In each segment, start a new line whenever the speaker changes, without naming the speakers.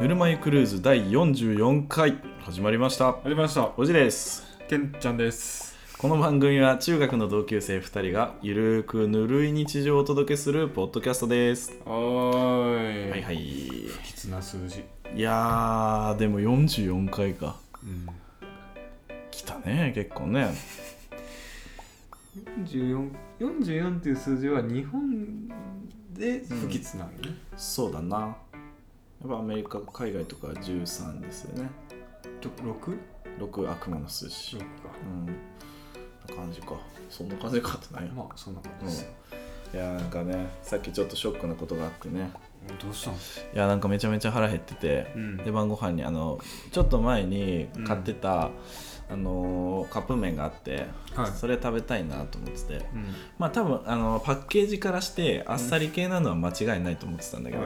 ぬるま湯クルーズ第44回始まりました
ありました。
おじです
けんちゃんです。
この番組は中学の同級生2人がゆるーくぬるい日常をお届けするポッドキャストです
おーい。
はいはい
不吉な数字。
いやーでも44回か
うん。
来たね結構ね
44, 44っていう数字は日本で不吉なのね。
そうだなやっぱアメリカ海外とか13ですよね
と 6?6
6悪魔の数字
か。
うんな感じかそんな感じかってないよ
まあそんな感じですよ。
いやーなんかねさっきちょっとショックなことがあってね
どうしたの
いやなんかめちゃめちゃ腹減ってて、
うん
で晩ご飯にあのちょっと前に買ってた、あのーカップ麺があって、
はい
それ食べたいなと思ってて
うん。
まあ多分あのパッケージからしてあっさり系なのは間違いないと思ってたんだけど、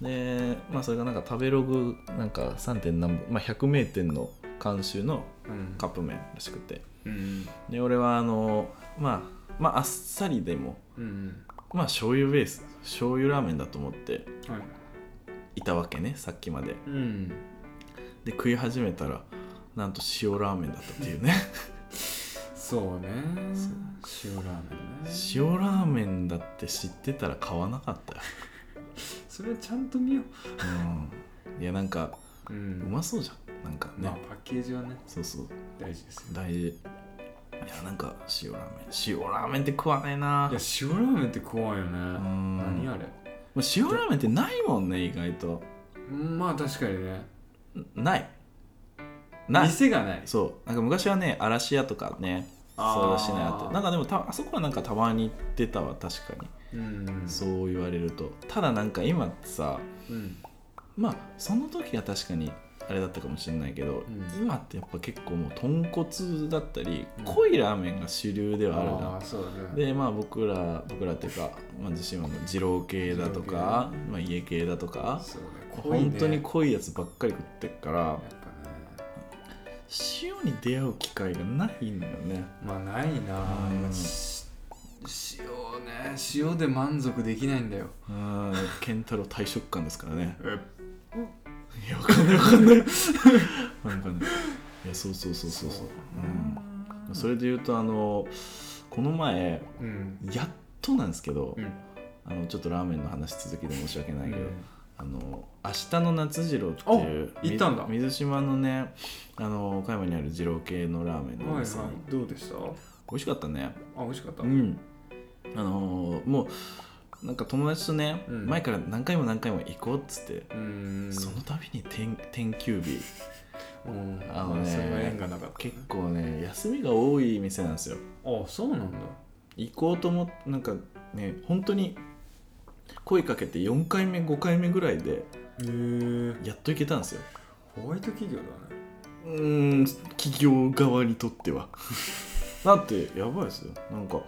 でまあそれがなんか食べログなんか 3. 点何本、まあ、100名店の監修の
うん。
カップ麺らしくて
うん。
で俺はあのまあまああっさりでも
うん。
まあ醤油ベース醤油ラーメンだと思って
はい。
いたわけねさっきまで
うん。
で食い始めたらなんと塩ラーメンだったってい うね
そうね。塩ラーメンね。
塩ラーメンだって知ってたら買わなかったよ、
それちゃんと見よ
うん、いやなんか
う。う。
うんまそうじゃんなんかね、
まあパッケージはね、
そうそう
大事ですよ。
大事いやなんか塩ラーメン塩ラーメンって食わねえない
や、塩ラーメンって怖いよね。
ん
何あれ
まあ塩ラーメンってないもんね意外と
まあ確かにね
んないない
店がない
そうなんか昔はね嵐屋とかね
あー
そうらしいなってなんかでもたあそこはなんかたまに行ってたわ確かに、
うん
そう言われるとただなんか今ってさ
うん
まあその時は確かにあれだったかもしれないけど、
ん
今ってやっぱ結構もう豚骨だったり、
うん
濃いラーメンが主流ではある
あ
な
ーそうだね
でまあ僕ら僕らっていうか、まあ、自身はもう二郎系だとか、まあ、家系だとか、
そうね濃いね
本当に
やっ
濃いやつばっかり食ってっから
ぱね
塩に出会う機会がないんだよね
まあないな
うん
今し塩ね塩で満足できないんだよ
うんケンタロウ大食感ですからね
え
いやわかんないわかんないわかんないいやそうそうそうそうそう、うんそれで言うとあのこの前
うん
やっとなんですけど、
うん
あのちょっとラーメンの話続きで申し訳ないけど、
うん
あの明日の夏次郎っていう
あ行ったんだ
水水島のねあの岡山にある二郎系のラーメンのお
はい
店に、
はいどうでしたあ
美味しかったね
美味しかった
うんあのーもうなんか友達とね、
うん
前から何回も何回も行こうっつって、
うん
その度に天天休日
うん
あのね
まあそれは縁がなかった
結構ね休みが多い店なんですよ
あそうなんだ
行こうと思ってなんかね本当に声かけて4回目5回目ぐらいで
へえ
やっと行けたんですよ
ホワイト企業だね
うーん企業側にとっては だってやばいですよなんか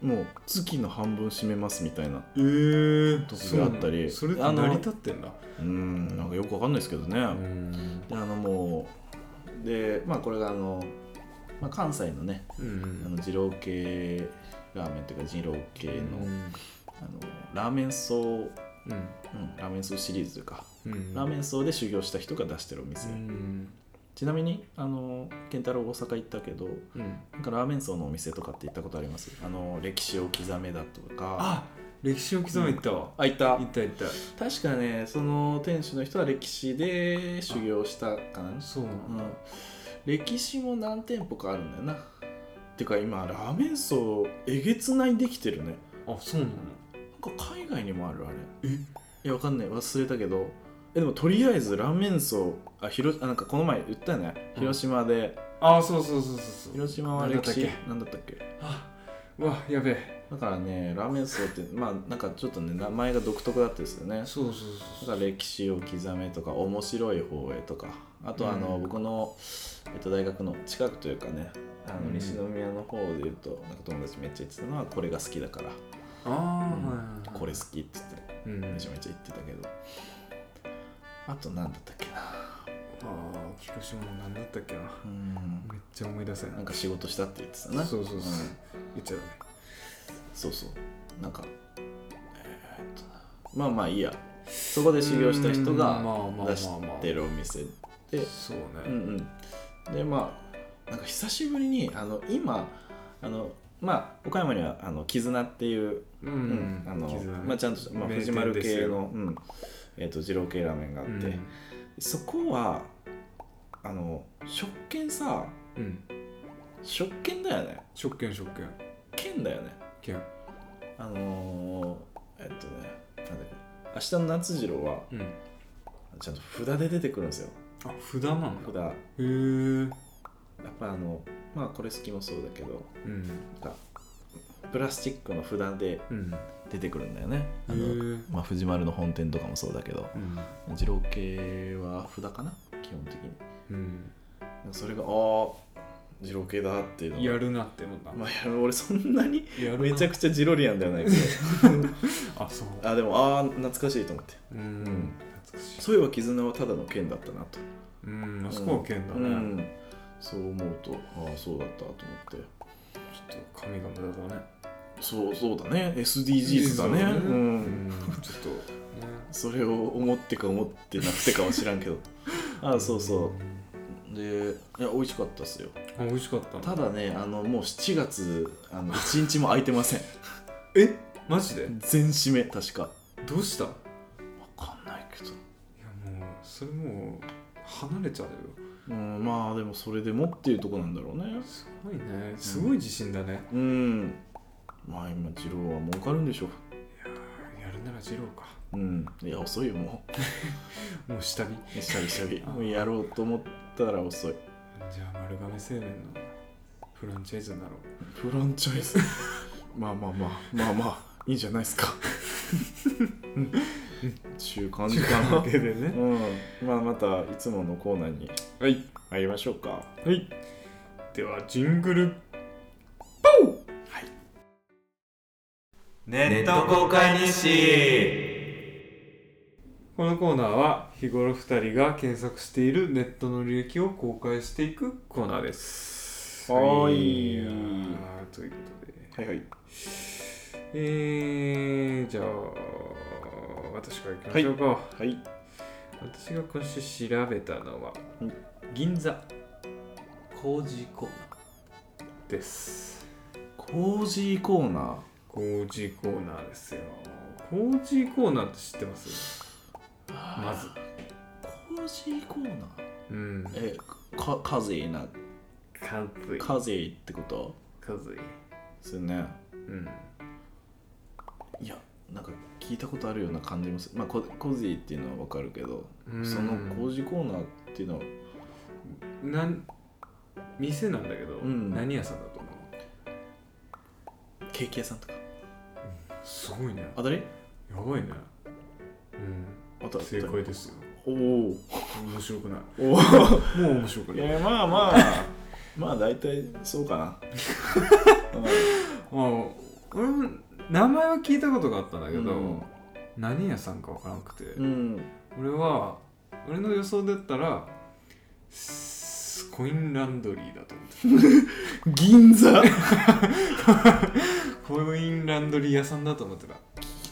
もう月の半分占めますみたいな
ええ
時があったり
それって
あの
成り立ってんだ
うーんなんかよくわかんないですけどね、
うん
であのもうでまあこれがあの、まあ、関西のね
う
あ
ん
の二郎系ラーメンというか二郎系の,、
うん
あのラーメン層、う
う
ん、
ん
ラーメン層シリーズというか
うん
ラーメン層で修行した人が出してるお店、
うん
ちなみにあの健太郎大阪行ったけど
うん
なんかラーメン層のお店とかって行ったことありますあの歴史を刻めだとか
あ歴史を刻む行ったわ
あいた
行った行った
確かねその店主の人は歴史で修行したかな
そうな
うん
だ
ん歴史も何店舗かあるんだよなてか今ラーメン層えげつないできてるね
あそうなの
なんか海外にもあるあれ
え
いやわかんない忘れたけどえでもとりあえずラーメン層あ広あなんかこの前言ったよね
うん
広島で、
あそうそうそうそうそう
広島は歴
なん
史
だったっ
なんだったっけ
あうわやべえ
だからねラーメン層ってまあなんかちょっとね名前が独特だったですよね
そうそう
だ
そう
から歴史を刻めとか面白い方へとかあとはあの、
うん
僕の、えっと、大学の近くというかねあの
うん
西宮の方で言うと、なんか友達めっちゃ言ってたのはこれが好きだから、
ああーはいはいはい
これ好きって言って
うんあ
めちゃめちゃ言ってたけどあと何だったっけ
ー
な
広島の何だったっけな
うん
めっちゃ思い出せな
ないんか仕事したって言ってたな
そうそうそうん言っちゃう
そうそうなんかえーっとなまあまあいいやそこで修行した人
うん
が
まあまあまあまあ
出してるお店で
そう
う
ね、
んうん、でまあなんか久しぶりにあの今あのまあ岡山にはあの絆っていう、
うん
うんあの
絆ね
まあ、ちゃんと、まあ、
名店
藤丸
です
系
よ
の、うんえー、と二郎系ラーメンがあって、
うん
そこはあの食券さ
うん、
食券だよね
食券食券
券だよね
券
あのー、えっとねなんだっけ明日の夏次郎は
うん
ちゃんと札で出てくるんですよ
あ札なんだ
札やっ
へえうん
ぱあのまあこれ好きもそうだけどなんかプラスチックの札で
うんへ
出てくるんだよねあ
えう
の、
ん
まあ、藤丸の本店とかもそうだけど二郎系は札かな基本的に
うん
それがああ二郎系だっていうのが
やるなって思った、
まあ、やる俺そんなに
やるな
めちゃくちゃジロリアンではないけど
あそう
あでもああ懐かしいと思って
うん、
ん
懐かしい
そういえば絆はただの剣だったなと
うんあそこは剣だね、
うんそう思うとああそうだったと思っ
ち
て
ょっと髪が無駄だね
そうそうだね SDGs だね
う
うん、
ん、ちょっとね
それを思ってか思ってなくてかは知らんけど ああそうそ
ん
うでいや美味しかったっすよ
あ美味しかった
ただねあのもう7月あの1日も空いてません
えマジで
全締め確か
どうしたい
分かんないけど
やもうそれもう離れちゃうよ
うんまあでもそれでもっていうとこなんだろうね
すごいねすごい自信だね、
うんまあ今二郎は儲かるんでしょ
やるなら二郎か
うんいや遅いよも
もう下火
うしゃびしゃび もうやろうと思ったら遅い
じゃあ丸亀製麺のフランチャイズになろう
フランチャイズ まあまあまあまあまあいいんじゃないですかうん中間時間
わけでね
うんまあまたいつものコーナーに
はい
入りましょうか
はいではジングル
ネット公開日誌
このコーナーは日頃2人が検索しているネットの履歴を公開していくコーナーです
はーい
はーということで
はいはい
えー、じゃあ私からいきましょうか、
はい
私が今週調べたのは、
うん
銀座
工事コー
です
工事コーナー
工事コーナーですよ工事コーナーって知ってますまず
工事コーナー
うん
えか風な
完遂
風ってこと
数え
ですよね
うん
いやなんか聞いたことあるような感じもするまあココジーっていうのはわかるけど
うん
その工事コーナーっていうのは
なん店なんだけど、
うん
何屋さんだと思う
ケーキ屋さんとか
すごいね
あたり
やばいねう
あた
ん正解ですよ
おお
面白くない
おお
もう面白く
い
ない
やまあまあ まあ大体そうか な
あ俺も名前は聞いたことがあったんだ
だ
けど、何屋さんか分からなくて、
うん
俺は俺の予想だったらスコインランドリーだと思って
銀座
たコインランドリー屋さんだと思ってた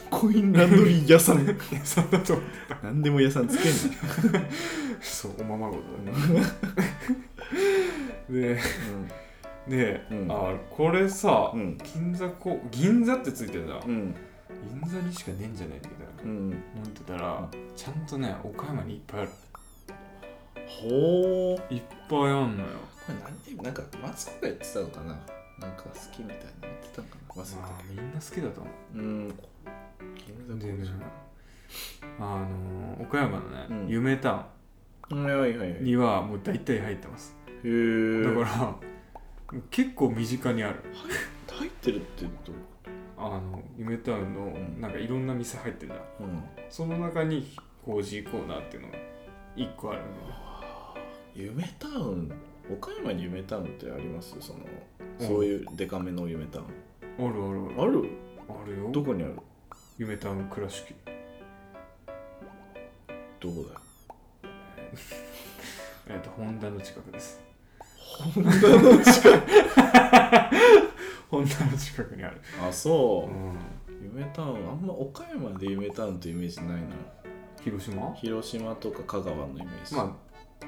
コインランドリー屋さん
屋さんだと思って
何でも屋さんつけん
たそうおままごとだ
な
ね、でで、
うん
あこれさ、
うん
銀座こう銀座ってついてるじゃん
う、ん
銀座にしかねえんじゃないみたい
うん、うん、
な思ってたらちゃんとね岡山にいっぱいある
ほう
いっぱいあんのよ
これ何ていうなんかマツコが言ってたのかななんか好きみたいな言ってたのかな忘れた
まあ
け
みんな好きだと思う
どうん銀座
で
工
ね
事
あの岡山のね、
うん
夢タ
はいはいはい
ウ
は
ン
いへ
にはもう大体入ってますだ
え
から結構身近にある
入ってるってどういうこ
あの夢タウンの
ん
なんかいろんな店入ってるじゃん
とうん
その中に工事コーナーっていうのが一個あるの
夢タウン岡山に夢タウンってありますその、
うん
そういうデカめの夢タウン
あるあるあ
あ
る
る
あるよ
どこにある
夢タウン倉敷
どこだよ
えっ、と本田の近くです
本当 の近く
本田の近くにある
あ
う
そ
ん
う夢タウンあんま岡山で夢タウンってイメージないな
広島
広島とか香川のイメージ、
まあ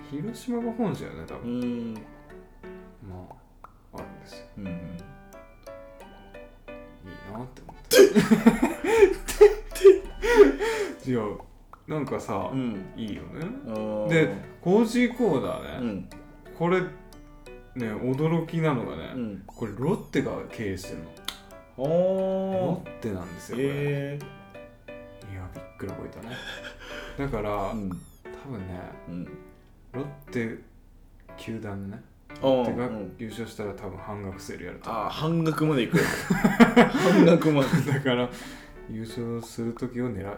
広島が本社よね多
う
分、
ん
まああるんですよ
うん
いいなって思って 違うなんかさ、
うん
いいよね
あー
でコージーコーナ
う
ーね、
ん
これね驚きなのがね、
うん
これロッテが経営してるの
あー
ロッテなんですよこれ、
え
いやびっくらこいたねだから、
ーうん
多分ね
うん
ロッテ球団ね
あ
ロッテが
ーうん
優勝したら多分半額セールやると思う
あー半額まで いく半額まで
だから優勝する時を狙った方がい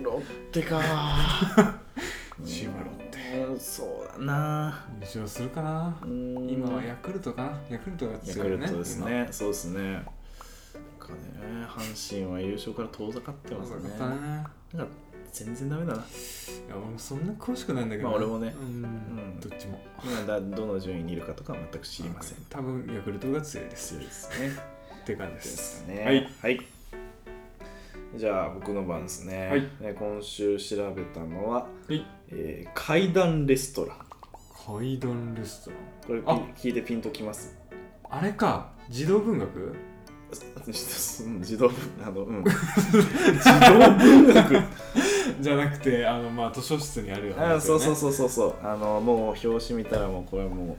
い
ロッテかー
千葉ロッテ
うんそうだな
優勝するかな
うん
今はヤクルトかなヤクルトが
ヤ
強
ク
いよ
ル
ね
トですね。そうですね。なんかね、阪神は優勝から遠ざかって
今
ます
ま
ね。
さか
な
ね
んか全然ダメだ
い
な。
や俺もそんな詳しくないんだけど、
まあ俺もね
うん、
うん
どっちも
今だどの順位にいるかとかは全く知りません。
多分ヤクルトが強いです
強いですね。
って感じで
ですすね。
はい。
じゃあ僕の番ですね。
はい
ね今週調べたのは、
はい
えー階段レストラン。
階段レスト
これピ
あ
聞いてピンときます。
ランあれか児童文学
うん自動あのうん。自動文学
じゃなくてあのまあ図書室にあるよね
あそうそう
う
そうそうそうあのもう表紙見たらもうこれはも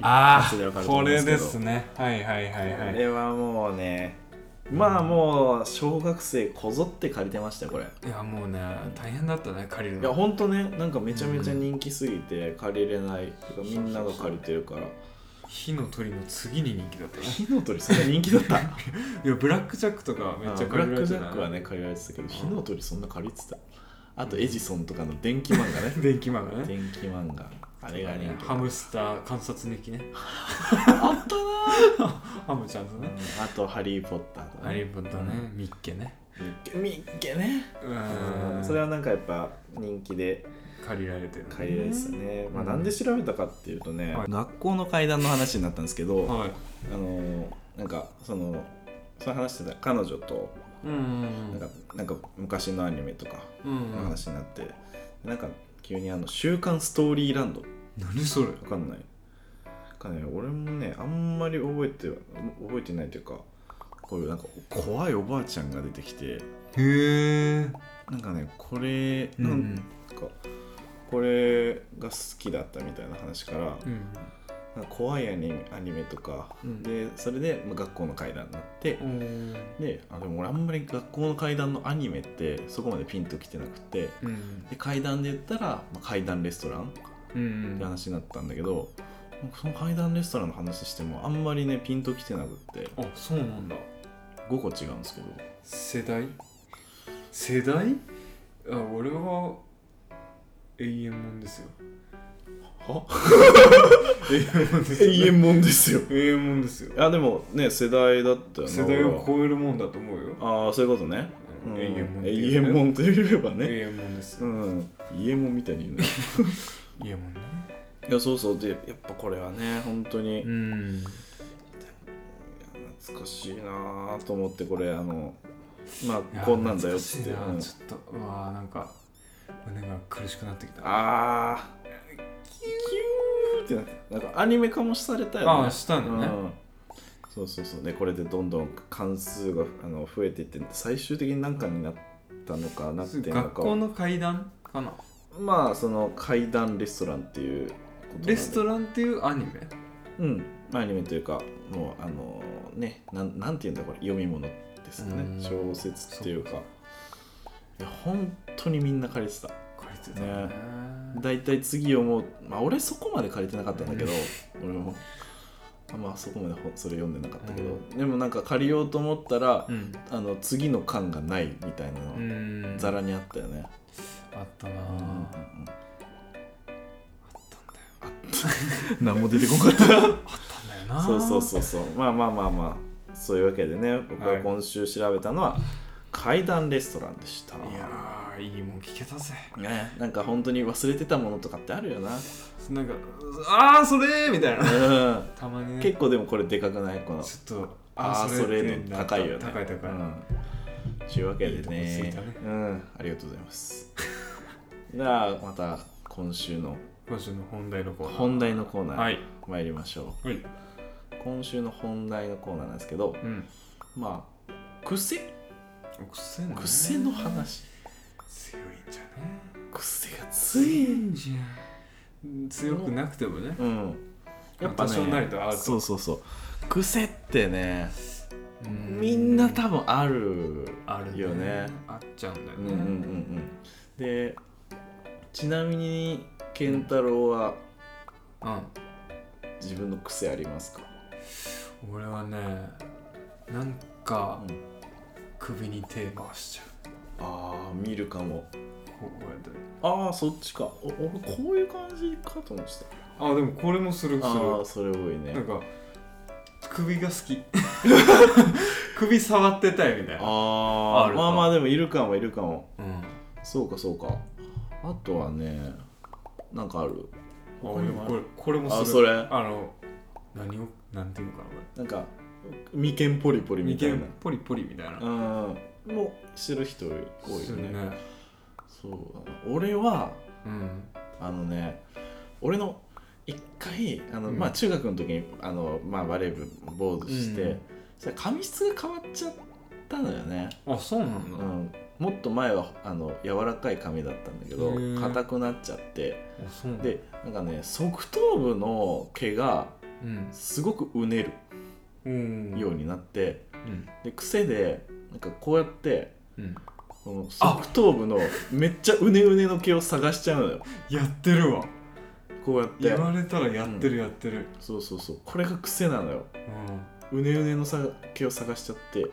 あ
一発でわか
あ
ると思
こ
うんで
れ
すけど
ですねはいはいは
う、
いは
こ
い
れはもうねまあもう小学生こぞって借りてましたよこれい
いやもうね大変だったね借りるの
やほんとねなんかめちゃめちゃ人気すぎて借りれない、てかみんなが借りてるから
火の鳥の次に人気だったね
火の鳥そんな人気 だった
いやブラックジャックとかめっちゃ借
ブラ
りられ
ック
て
ジ
た
ャックはね借りられてたけど火の鳥そんな借りてたあとエジソンとかの 電気漫画ね
電気漫画ね
電気漫画あれが人気
ハムスター観察日記 ね
あった
ハムちゃんと
な
ね
あとハリー・ポッターとか
ハリー・ポッターねミッケね
ミッケね
うん
それはなんかやっぱ人気で
借りられてるね
階段ですよね、まあ、
うん
なんで調べたかっていうとね、
はい
学校の階段の話になったんですけど、
はい
あのーなんかそのその話してた彼女と
うん
なんかなんか昔のアニメとか
うんうん
の話になって、なんか急にあの「週刊ストーリーランド」
何それ
わかんないなんかね俺もねあんまり覚えて覚えてないというかこういうなんか怖いおばあちゃんが出てきて
へえ
なんかねこれ
う
なんんか、これが好きだったみたいな話から、
うん
なんか怖いアニメアニメとか、
うん
でそれでまあ学校の階段になって
う、ん
であでも俺あんまり学校の階段のアニメってそこまでピンときてなくて
うん
で階段で言ったら、まあ、階段レストランっ
うん
て話になったんだけど、なんかその階段レストランの話してもあんまりねピンときてなくって
あそうなんだ
5個違うんですけど
世代世代あ俺は永遠もんですよ
は
永遠もんで
永遠もんです よ
永遠もんですよ
いやでもね世代だったよな
世代
俺
を
は
超えるもんだと思うよ
ああそういうことね、うん
永遠もん
永遠もんといえばね、
永遠もんです
うん家もんみたいに言うね
永遠もんね
いやそうそうでやっぱこれはね本当に、いや
ん
懐かしいなぁと思ってこれあのま
い
あ
や
こんなんだよっつっ
懐
て、
かしい
うん
なちょっとうわーなんか胸が苦しくなってきたあ
あーキューってなってなんかアニメ化もされたよね
あーしたんだね
うんそうそうそうでこれでどんどん関数があの増えていって最終的に何かになったのかなってんの
学
か
校の階段かな
まあその階段レストランっていうことなんで
レストランっていうアニメ
うん、アニメというかもうあのねなんなんて言うんだこれ読み物ですよね
うん
小説っていうかいや本当にみんな借りてた
借りてたよね
大体次読もうまあ俺そこまで借りてなかったん だけど俺もあまあそこまでほそれ読んでなかったけど、
う
でもなんか借りようと思ったら、
うん
あの次の巻がないみたいなの
う
は
ん
ざらにあったよね、
あったな
うんうんうん
あったんだよ
あった 何も出てこなかった
あったんだよな
そうそうそうそうまあまあまあまあそういうわけでね僕
は
はい今週調べたのは階段レストランでした、
いやーいいもん聞けたぜ
ねなんか本当に忘れてたものとかってあ るよな、
なんかああそれーみたいな
う
たまに
ん、
ね
結構でもこれでかくないこの
ちょっと
あーそれ
って
の高いよね
高い高い、
うんちゅうわけでね
いいとこついたね
うん、ありがとうございます じゃあまた今週の
今週の本題のコーナー
本題のコーナー、
はい
参りましょ
はいう
今週の本題のコーナーなんですけど
うん
まあ癖
癖の
癖の話
強いんじゃね
癖がつい
んじゃ強くなくてもね
うんやっぱ
多
ね
少なりとあると
そうそうそう癖ってね
う
みんな多分ある
ある
よね
あっちゃうんだよ
うん
ね
うんうんうんでちなみに健太郎は
うん
自分の癖ありますか、
俺はねなんか
うん
首に手回しちゃ
ああ見るかも
うこうやって
ああそっちかお俺こういう感じかと思って
あでもこれもする
たああ
す
それ多い
るなん
ね
か首が好き 首触ってたいみたいな
あ
あ
あ
るか
まあまあでもいるかもいるかも
うん
そうかそうかあとはねなんかある
これこれこれもする
あそれ
あの何をなんていうのかなこ
なんか眉間ポリポリ
れ
み
眉
たいな
間ポリポリみたいな
うんもうしてる人多い
す
よ
る
ねそうだな俺は
うん
あのね俺の一回あの、
うん
まあ、中学の時にあの、まあ、バレー部坊主して、
うん
それ髪質が変わっちゃったのよね、
あそうな
うん
だ
ん、もっと前はあの柔らかい髪だったんだけど
へー
硬くなっちゃって
あそうなんだ
でなんかね側頭部の毛が
うん
すごくうね
うん
るようになって、
うん
で癖でなんかこうやって
うん
この側頭部のめっちゃうねうねの毛を探しちゃうのよ
やってるわ
こうやって
言われたらやってるやってる
そうそうそうこれが癖なのよ
うん
うねうねのさ毛を探しちゃって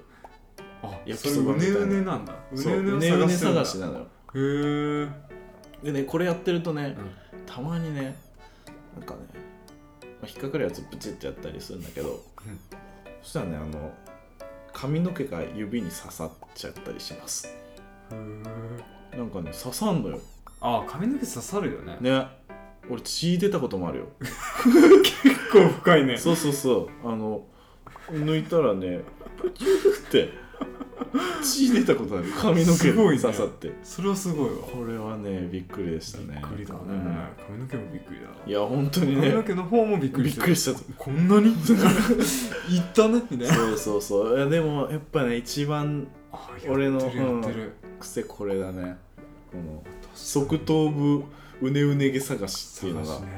あそ
焼
れ
きそば
う
みた
ね
いな
うねなんだう
そ
ね
う
うね
う
を
ね
探
うね
してんだ
探しなのよ
へー
でねこれやってるとね、
うん
たまにねなんかね、まあ引っかかるやつプチってやったりするんだけど、
うん
そしたらねあの髪の毛が指に刺さっちゃったりします
へー
なんかね刺さんのよ
あ髪の毛刺さるよね
ね俺血出たこともあるよ
結構深いね
そうそうそうあの抜いたらねプチュって血出たことある髪の毛
すごい
刺
ね
さって、
それはすごいわ
これはねびっくりでした
び
ね
っくりだね
うん
髪の毛もびっくりだ
いや本当に
髪
ね
の毛の方もびっく
び
り
っ
し
く
た
りしたと
こんなに いったねみたいな
そうそうそういやでもやっぱね一番
あ
俺の
やってるやってる
癖これだねこの側頭部うねうね毛探しっていうのが、
探しね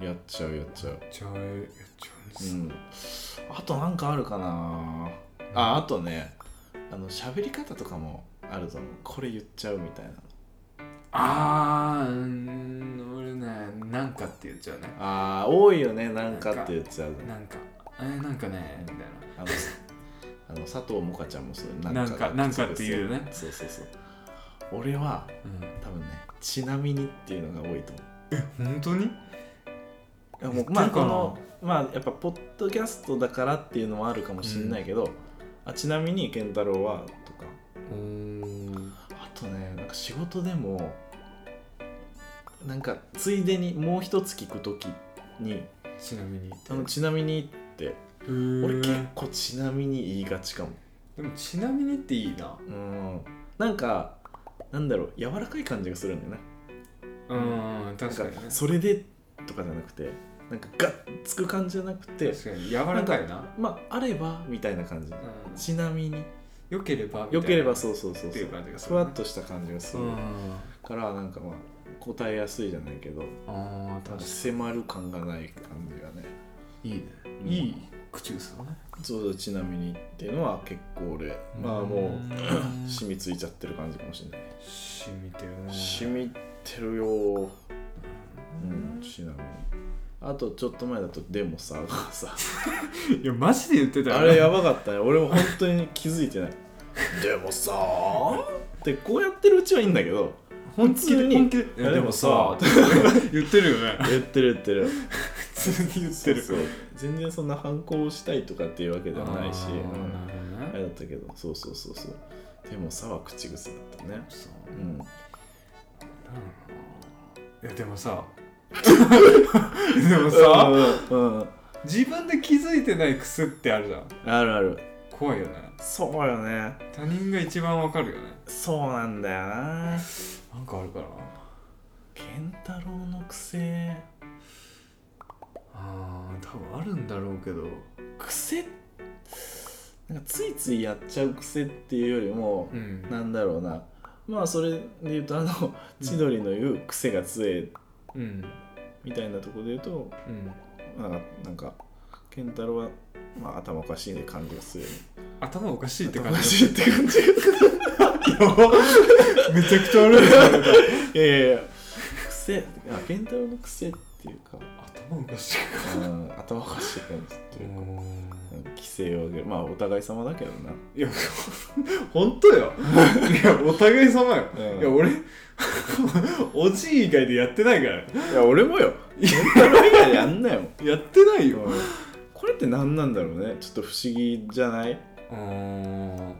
うん、やっちゃうやっちゃう
やっちゃうやっちゃうんです
うんあとなんかあるかなああとねあの喋り方とかもあると思うこれ言っちゃうみたいな
あーうーん俺ねなんかって言っちゃうね
あー多いよねなんかって言っちゃう
なんかえーなんかねみたいな
あのあの佐藤萌歌ちゃんもそう
なんかなんかっていうね
そうそうそう俺は多分ねちなみにっていうのが多いと思
う
う
ん本当に
いや
言
も
っ
う
てる
まあ
か
こ
な
のまあやっぱポッドキャストだからっていうのもあるかもしれないけど、あちなみに健太郎はとか
うん
あとねなんか仕事でもなんかついでにもう一つ聞く時に
ちなみに
あのちなみにって俺
俺
結構ちなみに言いがちかも
でもちなみにっていいな
うんなんかなんだろう柔らかい感じがするんだよね
うん確かにね
なんかそれでとかじゃなくてなんかガッつく感じじゃなくて
確かに柔らかいな
まああればみたいな感じ
うん
ちなみに
良ければみたい
良
な
ければそうそうそう
って
そ
いうう感じがす
ふ
るね
わっとした感じがす
う
る
ん
からなんかまあ答えやすいじゃないけど
あー確か
迫る感がない感じがね
にいいね
うん
いい口ですよね
そうそうちなみにっていうのは結構俺まあもう
ん
染みついちゃってる感じかもしれない
染みてるね
染みてるようんちなみにあとちょっと前だと「でもさ」 がさ
いやマジで言ってたよ
あれやばかったね俺も本当に気づいてない でもさってこうやってるうちはいいんだけど
本気
普通
で
に
本気で
いやでもさ
でもさ言ってるよね
言ってる 言ってる
普通に言ってる
そうそう全然そんな反抗したいとかっていうわけではないし
あー
う
な
ん
るほど
あ
ね
れだったけどそうそうそうそうでもさは口癖だったね
そう
うん
いやでも さでもさ
うんうん
自分で気づいてない癖ってあるじゃん
あるある
怖いよね
そうよね
他人が一番わかるよね
そうなんだよな
なんかあるかな
健太郎の癖
あー多分あるんだろうけど
癖なんかついついやっちゃう癖っていうよりも、
ん
なんだろうなまあそれで言うとあの千鳥の言う癖が強え
うん
みたいなところで言うと
うん
なんかなんか健太郎は、まあ、頭おかしいね感じがするよね
頭おかしいって
頭お
感
か
じ
しいって 感じ
めちゃくちゃ悪いですよね
いやいやいや癖あ健太郎の癖っていうか
頭おかしい
うん頭おかしい感じっていうかうん規制を上げるまあお互い様だけどない
や、 本当 よ。いや、お互い様よ。
うん
いや、俺、 おじい以外でやってないから。
いや俺もよ健太郎以外やんなよ
やってないよ。
これって何なんだろうねちょっと不思議じゃない
うん。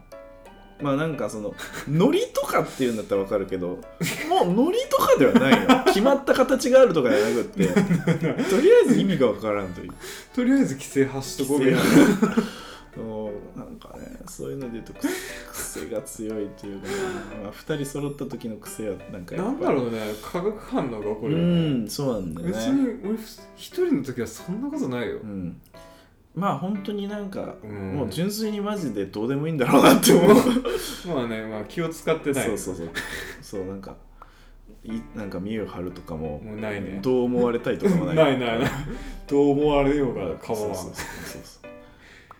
まあなんかそのノリとかっていうんだったらわかるけどもうノリとかではないの決まった形があるとかじゃなくってとりあえず意味がわからんという
とりあえず規制発しとこうみたいな。
そうなんかねそういうので言うとく癖が強いというか、ねまあ、2人揃った時の癖はなんかやっ
なん
ぱ
だろうね、化学反応が起こるよ
う
ね。
んそうなんだよ
別
ね、
に俺一人の時はそんなことないよ
う。ん、まあ本当になんか、
うん
もう純粋にマジでどうでもいいんだろうなっ て思う
まあね、まあ気を使ってない。
そうそうそうそうなんかいなんか見を張るとかも
もうないね。
どう思われたいとかもな
ないいないない。どう思われようが構
そう
わ。
そうんそうそう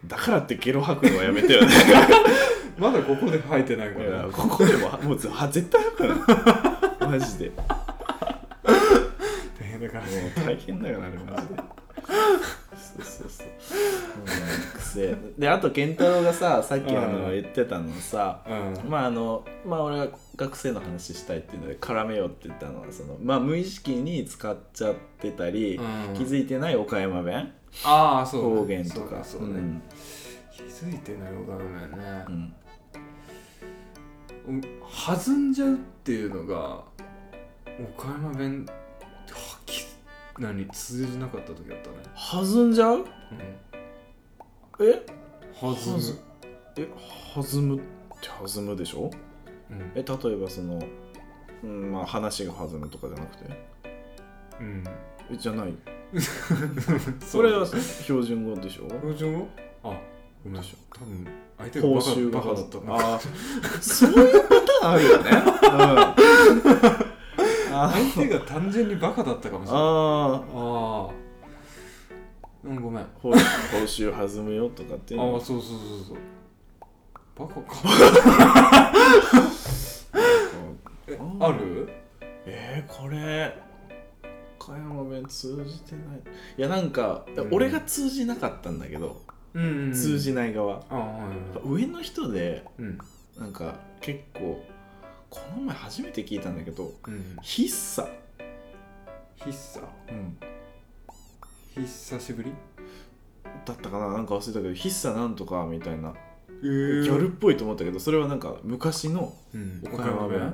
だからってゲロ吐くのはやめてよ ね
まだここで吐いてないか
いや
ら。
ここでももうずは絶対吐くなマジでもう
大変だからね。
大変だよなあれマジでそうそうそう、うん、癖であと健太郎がささっきあの
うん
言ってたのさ、
うん。
まああのまあ俺が学生の話したいっていうので絡めようって言ったのはそのまあ無意識に使っちゃってたり、
うん
気づいてない岡山弁
ああ、そうだね
方言とか
そうだそうだね。気づいてない岡山ね
うんう、ん
うん、弾んじゃうっていうのが岡山弁はき何通じなかった時あったね、
弾んじゃうえ
うん、弾む
弾え弾むって弾むでしょえ例えばその、うん、まあ話が弾むとかじゃなくて
うん、
えじゃない
うん、
それは標準語でしょ
標準語あごめん多分相手が
報酬が
バカバカだった な
あーそういうパターンあるよね、うん、あ
相手が単純にバカだったかもしれないあ
あ
あーうんごめんあ
報報酬弾むよとかって
あ
いうの
ー
は
そうそうそうそうバカか えある
えー、これ岡山弁通じてないいやなんか、いや俺が通じなかったんだけど、
うん
通じない側や
あはいはい
っぱ上の人で
うん
なんか結構この前初めて聞いたんだけど
うん
筆査、
ひっさ久しぶり
だったかななんか忘れたけど筆査なんとかみたいな、
え
ギャルっぽいと思ったけどそれはなんか昔の岡山弁、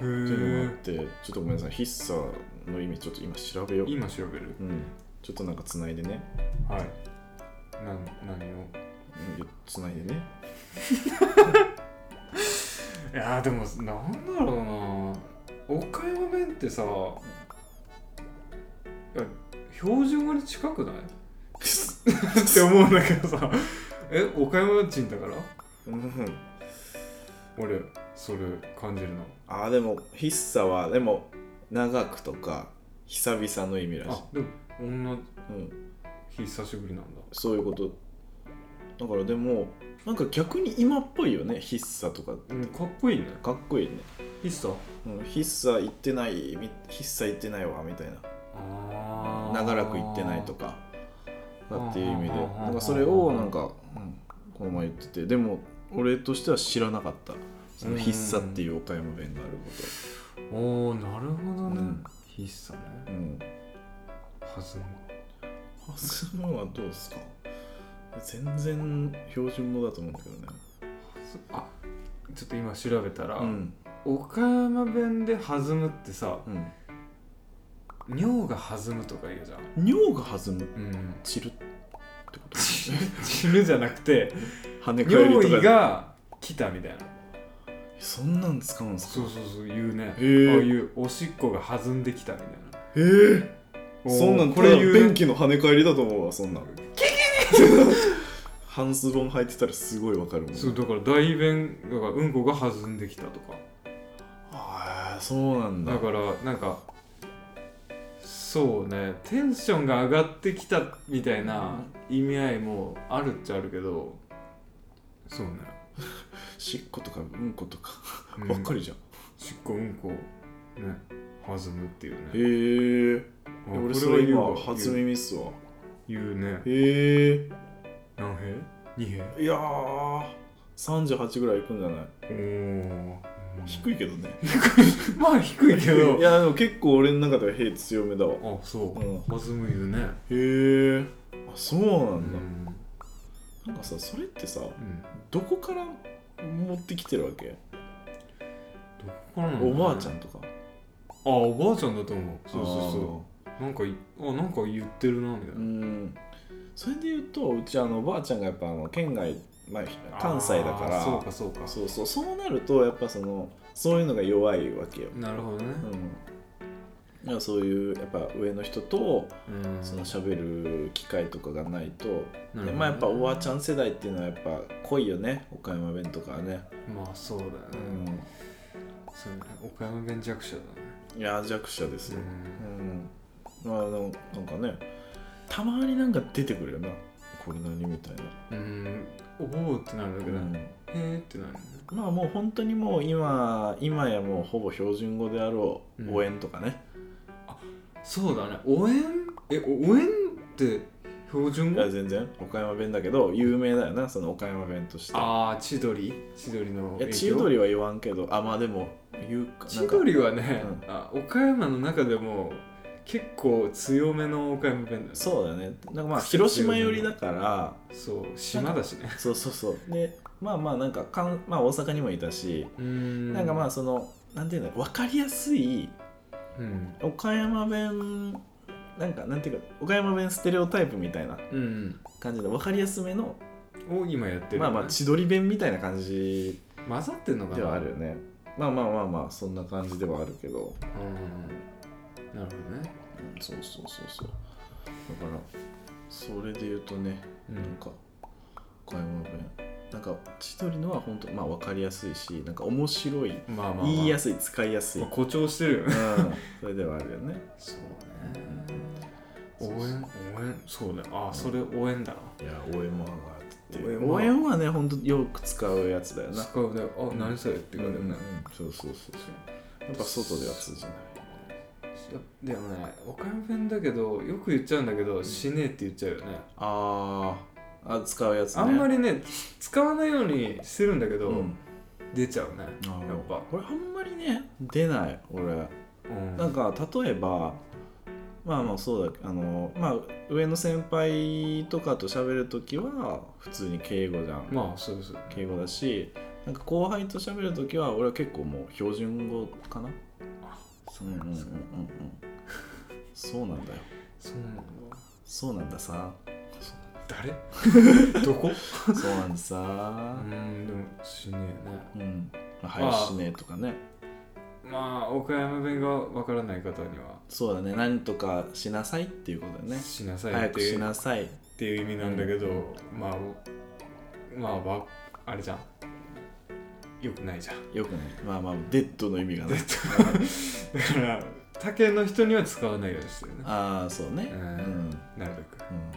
うん、
へ
っていうのがあっ
え
てちょっとごめんなさい筆査の意味ちょっと今調べよう、
今調べる
うん、ちょっとなんかつないでね
はいなん何を
つないでね
いやーでもなんだろうな岡山弁ってさいや標準語に近 くないって思うんだけどさえ岡山人だから俺それ感じるの
ああでも筆さはでも長くとか久々の意味らしい
あ、でも女
うん、
久しぶりなんだ
そういうことだからでもなんか逆に今っぽいよね筆さとか
うんかっこいいね
かっこいいね、
ひっさ
うん、筆さ行ってないみ筆さ行ってないわみたいな
あー
長らく行ってないとかだっていう意味で
あー
なんかそれをなんか、うん、この前言っててでも俺としては知らなかったその筆さっていう岡山弁があること
おおなるほど
う
ね
ん
必殺ね
うん
はず
ハスムはどうですか全然標準語だと思うんだけどね。
あちょっと今調べたら、
うん。
岡山弁で弾むってさ
う
尿が弾むとか言うじゃん
ん、尿が弾む。
うん
散るってってこと
死ぬじゃなくて
跳ね返り
尿
と
意
か
が来たみたいな
そんなん使うんです
そ
か
うそうそう言うねああ
ー
いうおしっこが弾んできたみたいな
えー、
おー
そんなん
こ
こ
れ
れ
言う
便器の跳ね返りだと思うわそんなん半ズボン履いてたらすごいわかるもん
そうだから大便だからうんこが弾んできたとか
あーそうなんだ
だからなんかそうねテンションが上がってきたみたいな意味合いもあるっちゃあるけどそうね
しっことかうんことか
うん
ばっかりじゃん、
しっこうんこね弾むっていうね
へえ
あ
俺
こ
それ
言う
今
わ
初耳っすわ
言う言うね
へえ
何兵二兵
いやー38ぐらいいくんじゃない
おー
低いけどね
まあ低いけ ど
いやでも結構俺の中では兵強めだわ
あそ
うん
う弾む言うね
へえあそうな
うん
だ、
ん
なんかさそれってさ
うん
どこから持ってきてるわけ、
どこからなんだろう
お
ね
ばあちゃんとか
あおばあちゃんだと思うそうそうそうなんかいあなんか言ってるなみたいうな、
んそれで言うとうちあのおばあちゃんがやっぱあの県外、まあ、関西だから
あーそうかそうか
そうそうそうなるとやっぱそのそういうのが弱いわけよ、
なるほどね
うん、いやそういうやっぱ上の人と
うん
その喋る機会とかがないと、
なるほど
で
ね
まあやっぱおばあちゃん世代っていうのはやっぱ濃いよね岡山弁とかはね、
まあそうだよね、
う
そうね岡山弁弱者だね
ん、いや弱者ですよ、うんまあでもなんかねたまになんか出てくるよなこれ何みたいな、
うん、うん、おおってなるだけだ、
う
ね
ん
へえってなるね
まあもう本当にもう今今やもうほぼ標準語であろ
う
うん応援とかね、
そうだね応援えお応援って標準
いや
語
全然岡山弁だけど有名だよなその岡山弁として
ああ千鳥千鳥の
い
影
や
響
千鳥は言わんけどあまあでも言うかなん
千
か
鳥はね、
うん
あ岡山の中でも結構強めの岡山弁だね
そうだよねなんかまあ広島寄りだから
そう島だしね
そうそうそうでまあまあなんかかん、まあ、大阪にもいたし、
うん
なんかまあそのなんていうんだ分かりやすい
うん
岡山弁なんかなんていうか岡山弁ステレオタイプみたいな
うん
感じの分かりやすめの、
を今やってる、
まあまあ千鳥弁みたいな感じ
混ざってんのかな
ではあるよねまあまあまあまあそんな感じではあるけど、
うんなるほどね
うんそうそうそうそうだからそれで言うとね
う
なんか岡山弁なんか千鳥のは本当まあ分かりやすいしなんか面白い
まあまあ、まあ、
言いや
す
すい使いやすい、うん、
誇張してるよね
それではあるよね
そう
そう
応援応援そうだよああそれ応援だない
や OM があって
応援は
OM はね本当よく使うやつだよな
使うねあ何それって
うん
言
う
われる
んう
ね
んそうそうそうそうやっぱ外では通じない
でもね岡山弁だけどよく言っちゃうんだけど死ねえって言っちゃうよね
あーあ使うやつね
あんま
り
りね使わないようにしてるんだけど、
うん、
出ちゃうね
あー
やっぱ
これあんまりね出ない俺
うん
なんか例えばまあまあそうだけあのまあ上の先輩とかと喋るときは普通に敬語じゃん、
まあそうそう
敬語だしなんか後輩と喋るときは俺は結構もう標準語かな
そ
うんうんうんうんうん そうなんだよ
そうなんだ
そうなんだ さ
誰 どこ
そうなんだ
う
さ
んでも死ねえね
うん林ねとかね
まあ岡山弁がわからない方には
そうだね何とかしなさいっていうことだよね
しなさい
早
っ
く
てい
し
う
なさい
っていう意味なんだけど、まあまあわあれじゃんよくないじゃん
よくねまあまあデッドの意味がない
だから他県の人には使わないようにしてるね
ああそうね
う
う
ん
ん
なる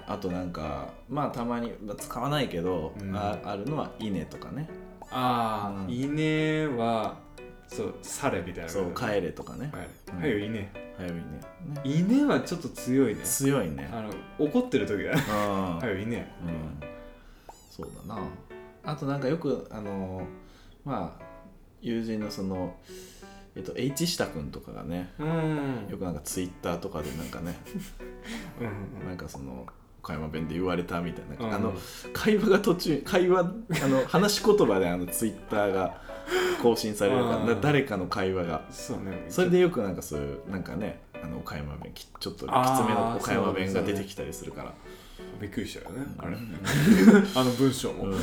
うんあとなんかまあたまにまあ使わないけど、
うん
ああるのは「いね」とかね
べくああ、
うん
いねはそうされみたい
「
な
そう
はい、
帰れ」とかねうん
はいよいね
「はよいねね
いねはちょっと強いね」
強いね
あの怒ってる時だね
うん、
はいよいね
うん、そうだなあとなんかよくあのーまあ友人のそのえっと H 下くんとかがね
うんうん
よくなんかツイッターとかでなんかねなんかその岡山弁で言われたみたいな、
うん
あの会話が途中会話あの話し言葉であの ツイッターが更新されるから
うん
だ誰かの会話が
そうね
それでよくなんかそういうなんかねあの岡山弁きちょっときつめの岡山弁が出てきたりするから
びっくりしたよね、
うん
あれあの文章も、
うん、い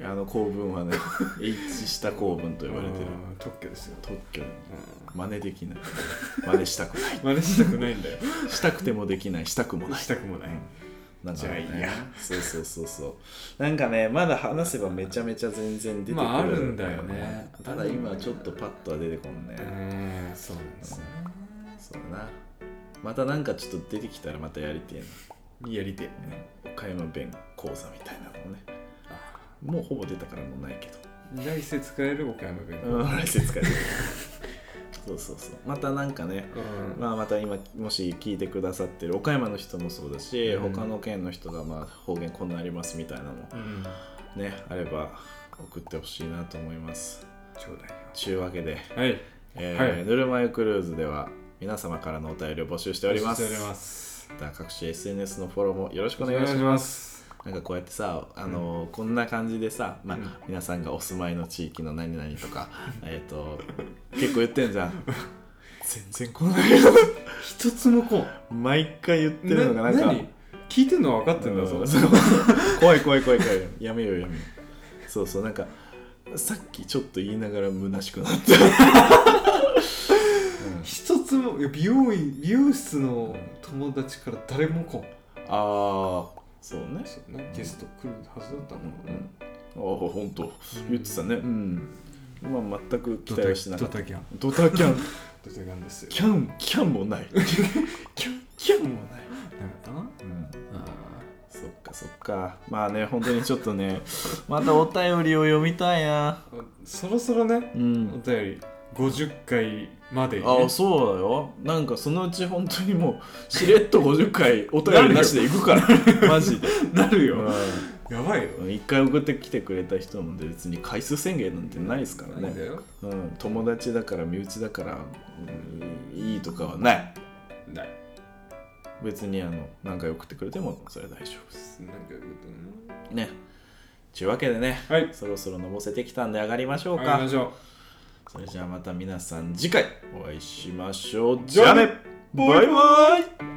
やあの構文はね H した構文と言われてる
うん特許ですよ、
特許
う
真似できない真似したくない
ん、真似したくないんだよ
したくてもできないしたくもない
したくもない、
なんか
じゃあいいや
そうそうそうそうなんかねまだ話せばめちゃめちゃ全然出てくる、
まああるんだよね
ただ今ちょっとパッとは出てこんね、
えー、そうなんですね
そうだなまたなんかちょっと出てきたらまたやりてえ
やりて
な、ね、岡山弁講座みたいなのもね
あ
もうほぼ出たからもうないけど
来世使える岡山弁
うん来世使えるそうそうそうまたなんかね
うん
まあ、また今もし聞いてくださってる岡山の人もそうだし、
うん
他の県の人がまあ方言こんなんありますみたいなのも
うん
ねあれば送ってほしいなと思います。
ちょうだいよ
ちゅうわけで、
はい
えー
はい
ぬるま湯クルーズでは皆様からのお便りを募集しております。
お待ちしております
また各種 SNS のフォローもよろしくお
お
願いし
願いし
ま。
ますす
なんかこうやってさ、あのーこんな感じでさ、まあ
うん
皆さんがお住まいの地域の何々とか、 えっと結構言ってんじゃん。全然来ないよ。
一つもこ
毎回言
う
ってるのがなんか。
何聞いてんのは分かってんだぞ、
うんそう怖い怖い怖い怖いやめようやめようそうそうなんかさっきちょっと言いながら虚しくなった、
一つもいや美容院美容室の友達から誰もこう
ああそうね
そうねゲスト来るはずだったの
うんうんああ本当言ってたねうんまあ全く期待はしてなかった
ドタキャン
ドタキャン
ドタキャンですよ
キャンキャンもないキャンキャンもない、
なかったな
うん
あ
そっかそっかまあね本当にちょっとねまたお便りを読みたいな
ーそろそろね
う
お便
ん
り50回までにね
あそうだよなんかそのうち本当にもうしれっと50回お便りなしでいく からマジで、
なる
う
よやばいよ
ん、一回送ってきてくれた人なんて別に回数宣言なんてないですから
なんだ
ね、
よ
うん、友達だから身内だから、うんいいとかはない
ない
別にあの何回送ってくれてもそれは大丈夫です
なんか言うことね
ねちゅうわけでね
はい
そろそろのぼせてきたんで上がりましょう
上がり
か
ましょう
それじゃあまた皆さん次回お会いしましょう
じゃあね
バイバイ